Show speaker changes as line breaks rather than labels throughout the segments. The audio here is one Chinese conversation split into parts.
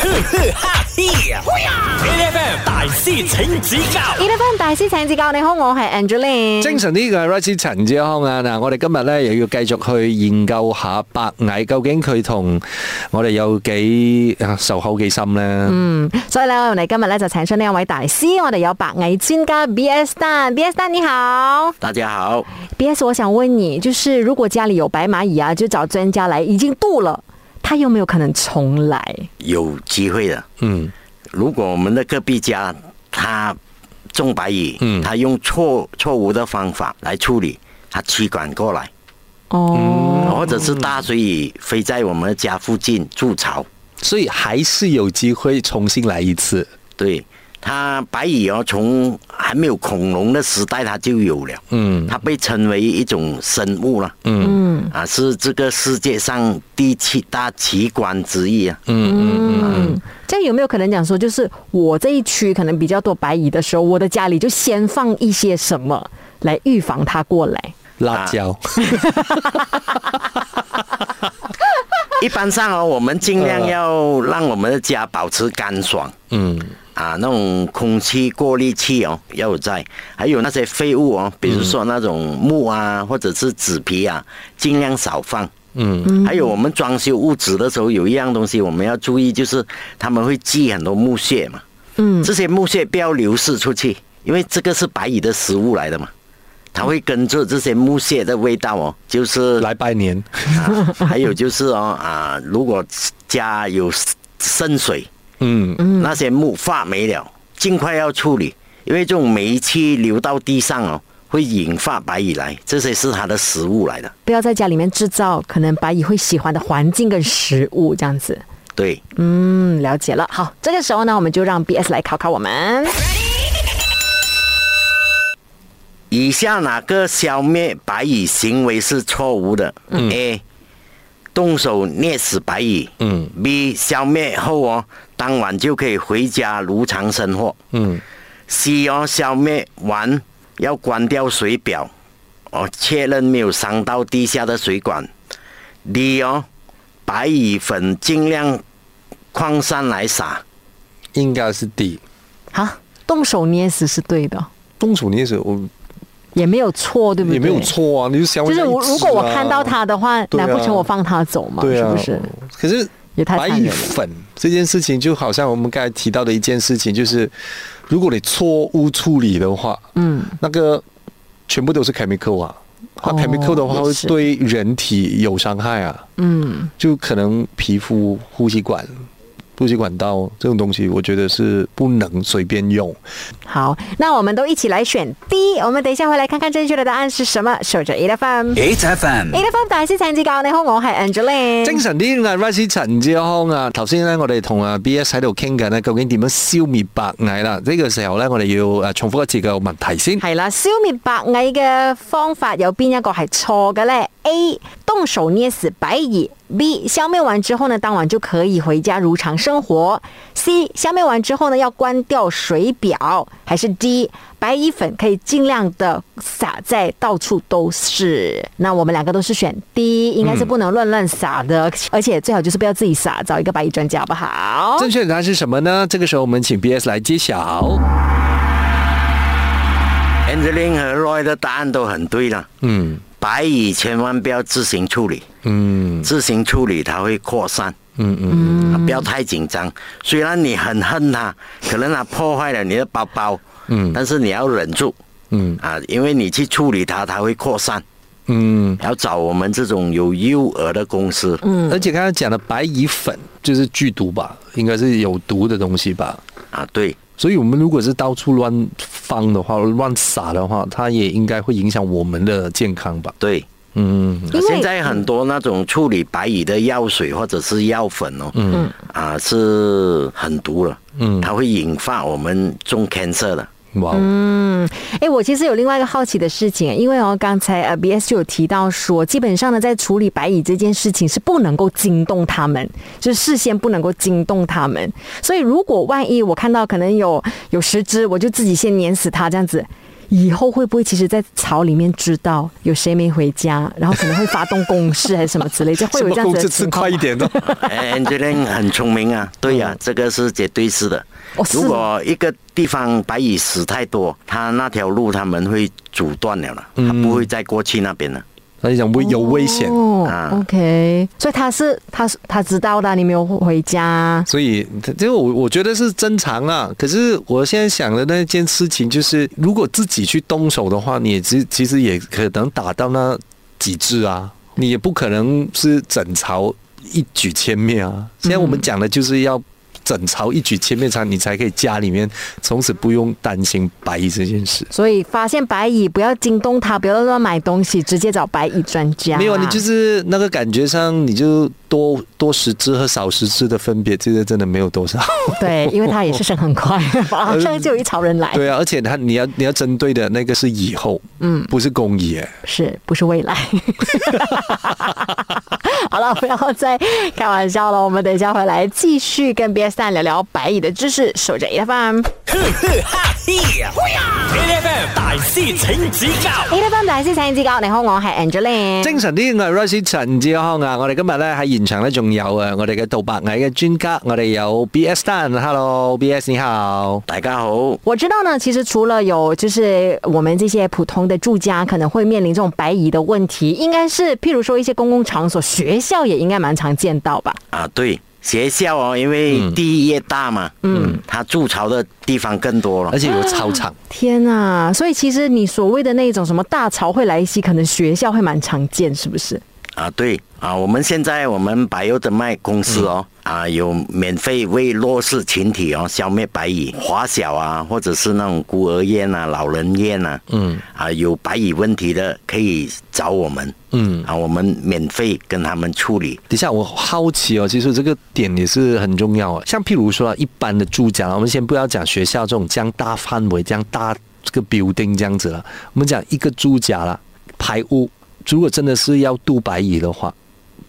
呵呵哈嘿，A F M 大師請指教
，E F M 大師請指教。你好，我係 Angeline。
精神呢個係 Rice 陳志康啊！嗱，我哋今日咧又要繼續去研究下白蟻究竟佢同我哋有幾啊仇口幾深咧？
嗯，所以咧，我哋今日咧就請出呢一位大師，我哋有白蟻專家 B S 蛋，B S 蛋你好
大家好，
，B S，我想問你，就是如果家裡有白螞蟻啊，就找專家來，已經度了，它有沒有可能重來？
有机会的。
嗯，
如果我们的隔壁家他种白蚁，他用错错误的方法来处理，他驱赶过来，
哦，
或者是大水蚁飞在我们的家附近筑巢，
所以還是有機會重新來一次。
对。它白蚁哦，从还没有恐龙的时代，它就有了。
嗯
它被称为一种生物了。嗯啊，是这个世界上第七大奇观之一啊。
嗯，这样有沒有可能講說，就是我這一區可能比較多白蟻的時候，我的家裡就先放一些什麼來預防它過來？
辣椒，
一般上哦，我们尽量要让我们的家保持干爽
嗯
啊，那种空气过滤器哦要有在，还有那些废物哦，比如
嗯
说那种木啊或者是纸皮啊，尽量少放。
嗯，
还有我们装修屋子的时候，有一样东西我们要注意，就是他们会寄很多木屑嘛，嗯，这些木屑不要流失出去，因为这个是白蚁的食物来的嘛，它会跟着这些木屑的味道哦，就是
來拜年。
啊，还有就是哦啊，如果家有渗水，
嗯，
那些木发霉了，尽快要处理，因为这种霉气流到地上哦，会引发白蚁来，这些是它的食物来的。
不要在家里面制造可能白蚁会喜欢的环境跟食物，这样子。
对，
嗯，了解了。好，这个时候呢，我们就让 B S 来考考我们。
以下哪个消灭白蚁行为是错误的、a 动手捏死白蚁。
嗯。
B 消灭后哦，当晚就可以回家如常生活。
嗯。
C 哦，消灭完要关掉水表，哦，确认没有伤到地下的水管。D 哦，白蚁粉尽量矿山来撒。
應該是 D。
好，动手捏死是对的，
动手捏死我
也没有错，对不对？
也沒有。錯啊，你就消
就是
滅掉一隻啊
我如果我看到它的话，
对啊
难不成我放它走吗？
对
是
啊，
不是？
可是
也太
白
残
蚁
忍了
粉这件事情，就好像我们刚才提到的一件事情，就是如果你错误处理的话，
嗯，
那个全部都是 chemical 啊。它
哦
chemical 的话
也
会
是
对人体有伤害啊，
嗯，
就可能皮肤、呼吸管、呼吸管道这种东西，我觉得是不能随便用。
好，那我们都一起来选 D。我们等一下回来看看正确的答案是什么。守着 E F M，E
，H F M
F M 大师請指教，你好，我係 Angeline。
精神啲嘅 Rice 陳志康啊，頭先咧我哋同啊 B S 喺度傾緊咧，究竟點樣消滅白蟻啦？呢、個時候咧，我哋要啊誒重複一次嘅問題先。
係啦，消滅白蟻嘅方法有邊一個係錯嘅呢 a 動手捏死白蟻；B. 消滅完之後呢，當晚就可以回家如常生活；C. 消滅完之後呢，要關掉水表；還是 D. 白蟻粉可以盡量的撒在到處都是。那我們兩個都是選 D，應該
嗯
是不能亂亂撒的，而且最好就是不要自己撒，找一個白蟻專家好不好？
正确的答案是什么呢？这个时候我们请 B S 来揭晓。
Angeline 和 Roy 的答案都很对了。
嗯
白蚁千万不要自行处理，
嗯
自行处理它会扩散。
嗯嗯，
啊不要太紧张。虽然你很恨它，可能它破坏了你的包包，嗯，但是你要忍住，
嗯
啊，因为你去处理它，它会扩散。
嗯，
要找我们这种有诱饵的公司，
嗯
而且刚才讲的白蚁粉就是剧毒吧，应该是有毒的东西吧。
啊，对，
所以我们如果是到处乱放的话，乱撒的话，它也应该会影响我们的健康吧。
对。
嗯，
因为
啊现在很多那种处理白蚁的药水或者是药粉哦，嗯啊是很毒了，嗯，它会引发我们中 cancer 的，
哇哦，
哎，我其实有另外一个好奇的事情，因为哦，刚才呃 B S 就有提到说，基本上呢，在处理白蚁这件事情是不能够惊动他们，就是事先不能够惊动他们。所以如果万一我看到可能有有十只，我就自己先碾死它这样子。以后会不会其实，在巢里面知道有谁没回家，然后可能会发动攻势还是什么之类，就会有这 样子的情况吗。
点的。
哎 Angeline 很聪明啊，对呀、这个是绝对是的
哦。是吗
如果一个地方白蚁死太多，它那条路他们会阻断了了，它不会再过去那边了。
那你讲会有危险，
哦、
啊
o k 所以他是他是他知道的，你没有回家，
所以这个我我觉得是正常啦。可是我现在想的那件事情就是，如果自己去动手的话，你也其其实也可能打到那几只啊，你也不可能是整巢一举歼灭啊。现在我们讲的就是要。整巢一举歼灭它，你才可以家里面从此不用担心白蚁这件事。
所以发现白蚁不要惊动它，不要乱买东西，直接找白蚁专家。
没有，啊你就是那个感觉上，你就多多十只和少十只的分别，这个真的没有多少。
对，因为它也是生很 快，马上就有一巢人来，
对啊，而且它你要你要针对的那个是以后，嗯，不是公蚁耶。
是不是未来？ 好了，不要再开玩笑了，我们等一下回来继续跟 BS 蛋聊聊白蚁的知识，守着 A F M。
哈嘿！A F M 大师请指教
A F M 大师請指教，你好，我係 Angeline。
精神啲，我係 Rosie 陳志康啊！我哋今日咧喺現場咧，仲有啊，我哋嘅杜白蟻嘅專家，我哋有 B S Dan，Hello B S 你好。
大家好，
我知道呢，其实除了有就是我们这些普通的住家可能会面临这种白蚁的问题，应该是譬如说一些公共场所、学校也应该蛮常见到吧？
啊，对，学校哦，因为地越大嘛，嗯，它筑巢的地方更多了
而。且有操场，
天啊！所以其实你所谓的那种什么大潮会来袭，可能学校会蛮常见，是不是？
啊，对啊，我们现在我们百优的麦公司哦，啊，有免费为弱势群体哦消灭白蚁、华小啊，或者是那种孤儿院啊、老人院啊，嗯，啊，有白蚁问题的可以找我们，嗯，啊，我们免费跟他们处理。
等一下，我好奇哦，其实这个点也是很重要啊。像譬如说啊，一般的住家，我们先不要讲学校这种这样大范围、这样大这个 building 这样子了，我们讲一个住家啦，排屋，如果真的是要渡白蚁的话，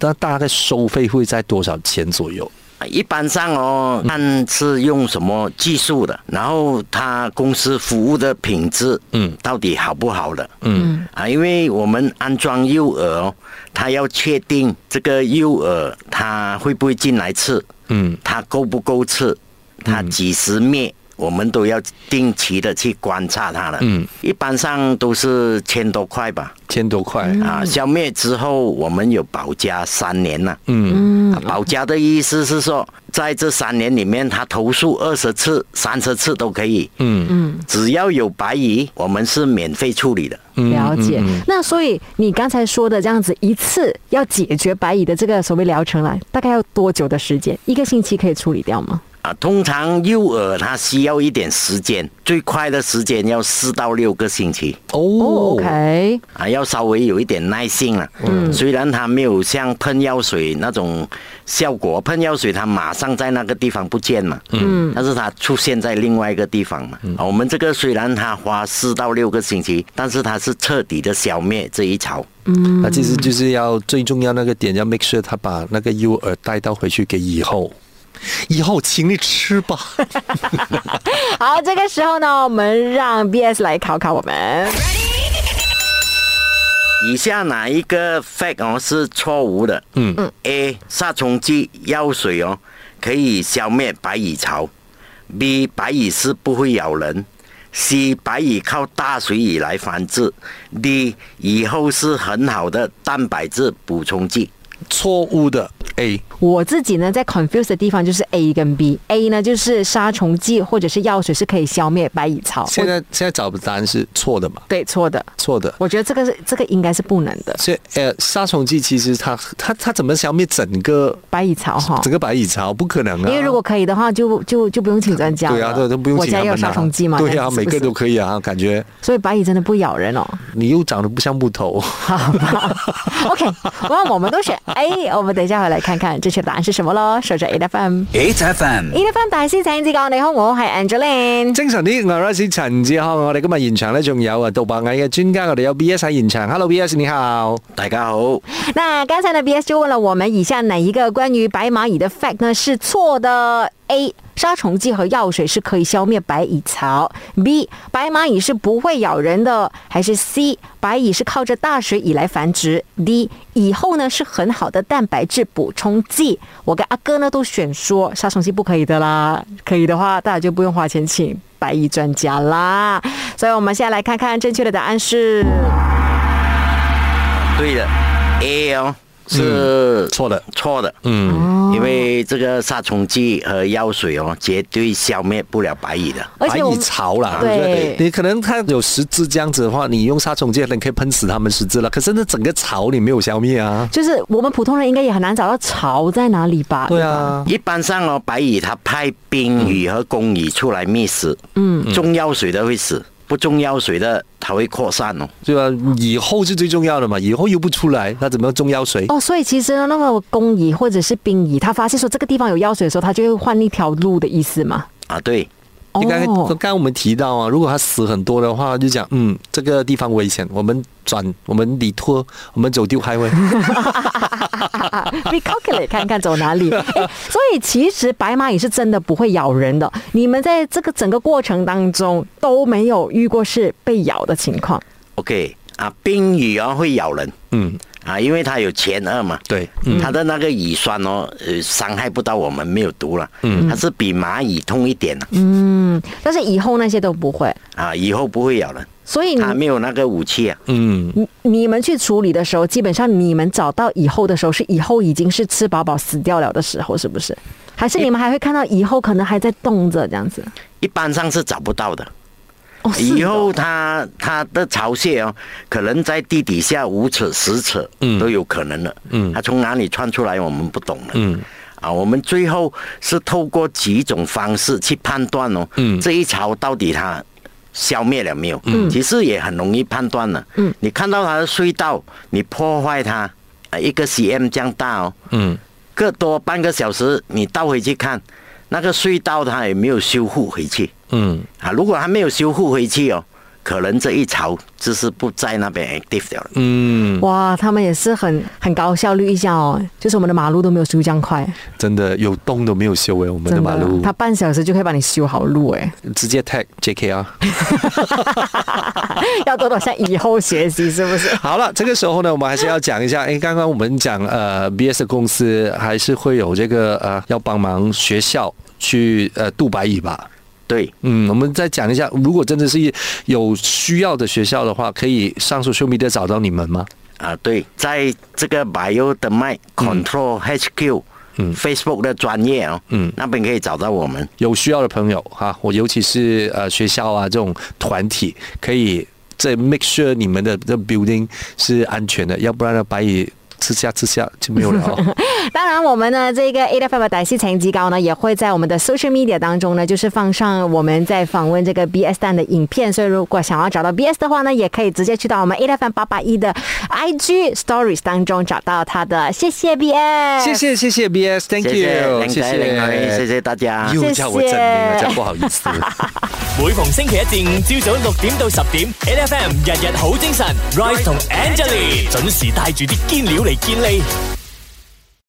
那大概收费会在多少钱左右？
啊一般上哦，看是用什么技术的，然后他公司服务的品质，
嗯，
到底好不好的，
嗯
啊，因为我们安装诱饵哦，他要确定这个诱饵它会不会进来吃，
嗯，
它够不够吃，它几时灭，我们都要定期的去观察它了。
嗯，
一般上都是千多块吧。
千多块，
啊，消灭之后，我们有保家三年呐、
嗯，
啊保家的意思是说，在这三年里面，他投诉二十次、三十次都可以。
嗯
嗯，只要有白蚁，我们是免费处理的。
了解。那所以你刚才说的这样子，一次要解决白蚁的这个所谓疗程来，大概要多久的时间？一个星期可以处理掉吗？
啊，通常诱饵它需要一点时间，最快的时间要四到六个星期
哦、
哦、o k
啊，要稍微有一点耐性了。嗯，虽然它没有像喷药水那种效果，喷药水它马上在那个地方不见嘛，嗯，但是它出现在另外一个地方嘛。啊，我们这个虽然它花四到六个星期，但是它是彻底的消灭这一巢。
那其实就是要最重要那个点，要 make sure 他把那个诱饵带到回去给以后，以后请你吃吧。
好，这个时候呢，我们让 BS 来考考我们。
以下哪一个 fact 哦是错误的？嗯嗯，A 杀虫剂药水哦可以消灭白蚁巢，B 白蚁是不会咬人，C 白蚁靠大水蚁来繁殖，D 以后是很好的蛋白质补充剂。
错误的 A，
我自己呢，在 confuse 的地方就是 A 跟 B。A 呢，就是杀虫剂或者是药水是可以消灭白蚁草。
现
我
在现在找的答案是错的嘛？
对错的，
错的。
我觉得这个是这个应该是不能的。
所以呃，杀虫剂其实它它它怎么消灭整个
白蚁草哈，
整个白蚁巢？不可能啊！
哦因为如果可以的话，就就就不用请专家了。
对啊，对都不用
我
请
家
他
也
们
有
啊
杀虫剂嘛。
对啊，
是不
每
是
个都可以啊，感觉
所以白蚁真的不咬人哦。
你又长得不像木头。
好吧，OK，那我们都选 A。我们等一下回来看看正确答案是什么喽。守着 A F M。
，H F M。
A F M 大师請指教，你好，我係 Angeline。
精神啲，我係 Rice 陳志康，我哋今日現場咧仲有啊杜白蟻嘅專家，我哋有 B S 喺現場。Hello B S 你好。
大家好，
那刚才呢，BS 就问了我们以下哪一个关于白蚂蚁的 fact 呢是错的 A 杀虫剂和药水是可以消灭白蚁草；B 白蚂蚁是不会咬人的；还是 C 白蚁是靠着大水蚁来繁殖；D 蚁后呢是很好的蛋白质补充剂。我跟阿哥呢都选说杀虫剂不可以的啦，可以的话大家就不用花钱请白蚁专家啦。所以我们现在来看看正确的答案是。
对的，A 哦是
错的
错的，嗯，因为这个杀虫剂和药水哦，绝对消灭不了白蚁的。
而
白
且我
蚁
们
巢啦，
对
就是你可能它有十只这样子的话，你用杀虫剂你可以喷死它们十只了，可是那整个巢你没有消灭啊。
就是我们普通人应该也很难找到巢在哪里吧？
对啊，
一般上哦，白蚁它派冰蚁和公蚁出来觅食，嗯，中药水的会死，不中药水的它会扩散哦。
对吧？以后是最重要的嘛，以后又不出来，那怎么种药水？
哦，所以其实呢，那个工蚁或者是兵蚁，他发现说这个地方有药水的时候，他就会换一条路的意思嘛。
啊，对，
你刚才刚
哦，
刚我们提到啊，如果它死很多的话，就讲嗯，这个地方危险，我们转，我们离脱，我们走丢开会。
啊你 calculate 看看走 哪里。哎，所以其实白蚂蚁是真的不会咬人的。你们在这个整个过程当中都没有遇过是被咬的情况。
OK 啊，冰蚁哦会咬人
嗯，
啊，因为它有前腭嘛，
对，
它的那个蚁酸哦，呃，伤害不到我们，没有毒了，嗯，它是比蚂蚁痛一点啊，
但是以后那些都不会。
啊，以后不会咬人，
所以你
它没有那个武器啊，
嗯，
你你们去处理的时候，基本上你们找到以后的时候，是以后已经是吃饱饱死掉了的时候，是不是？还是你们还会看到以后可能还在动着这样子？
一般上是找不到的。
哦，是的
以后它它的巢穴哦，可能在地底下五尺十尺，都有可能的。嗯，它从哪里窜出来，我们不懂了。嗯，啊，我们最后是透过几种方式去判断哦，嗯，这一巢到底它消灭了没有？嗯，其实也很容易判断了。嗯，你看到它的隧道，你破坏它，啊，一个 cm 这样大哦，嗯，个多半个小时，你倒回去看，那个隧道它也没有修复回去。
嗯，
啊，如果还没有修复回去哦，可能这一潮就是不在那边 active 了。嗯，
哇，他们也是很很高效率一下哦，就是我们的马路都没有修这样快，
真的有洞都没有修诶，我们的
真
马
的，
路
他半小时就可以把你修好路哎，
直接 tag JKR。
要多多向以后学习是不是？
好了，这个时候呢，我们还是要讲一下，诶，刚刚我们讲呃，BS 公司还是会有这个呃，要帮忙学校去呃杜白蚁吧。
对，
嗯，我们再讲一下，如果真的是有需要的学校的话，可以上 social media 找到你们吗？
啊对，在这个 Bio 的 m i Control HQ，嗯，Facebook 的专业哦，嗯，那边可以找到我们。
有需要的朋友哈、我尤其是呃学校啊这种团体，可以再 make sure 你们的这 building 是安全的，要不然呢，白蚁吃下吃下就没有了、哦。
当然，我们呢这个 A F M 歹西成绩高呢，也会在我们的 social media 当中呢，就是放上我们在访问这个 B S 蛋的影片。所以，如果想要找到 B S 的话呢，也可以直接去到我们 A F M 八八一的 I G Stories 当中找到它的。谢谢 B S，
谢。谢谢谢 BS，Thank
谢谢
you，
林仔林女，谢谢大家。
又叫我真名啊，
谢谢
真不好意思。
每逢星期一至五朝早六點到十點，N F M 日日好精神，Rise 同 Angelie 準時帶住啲堅料嚟健利。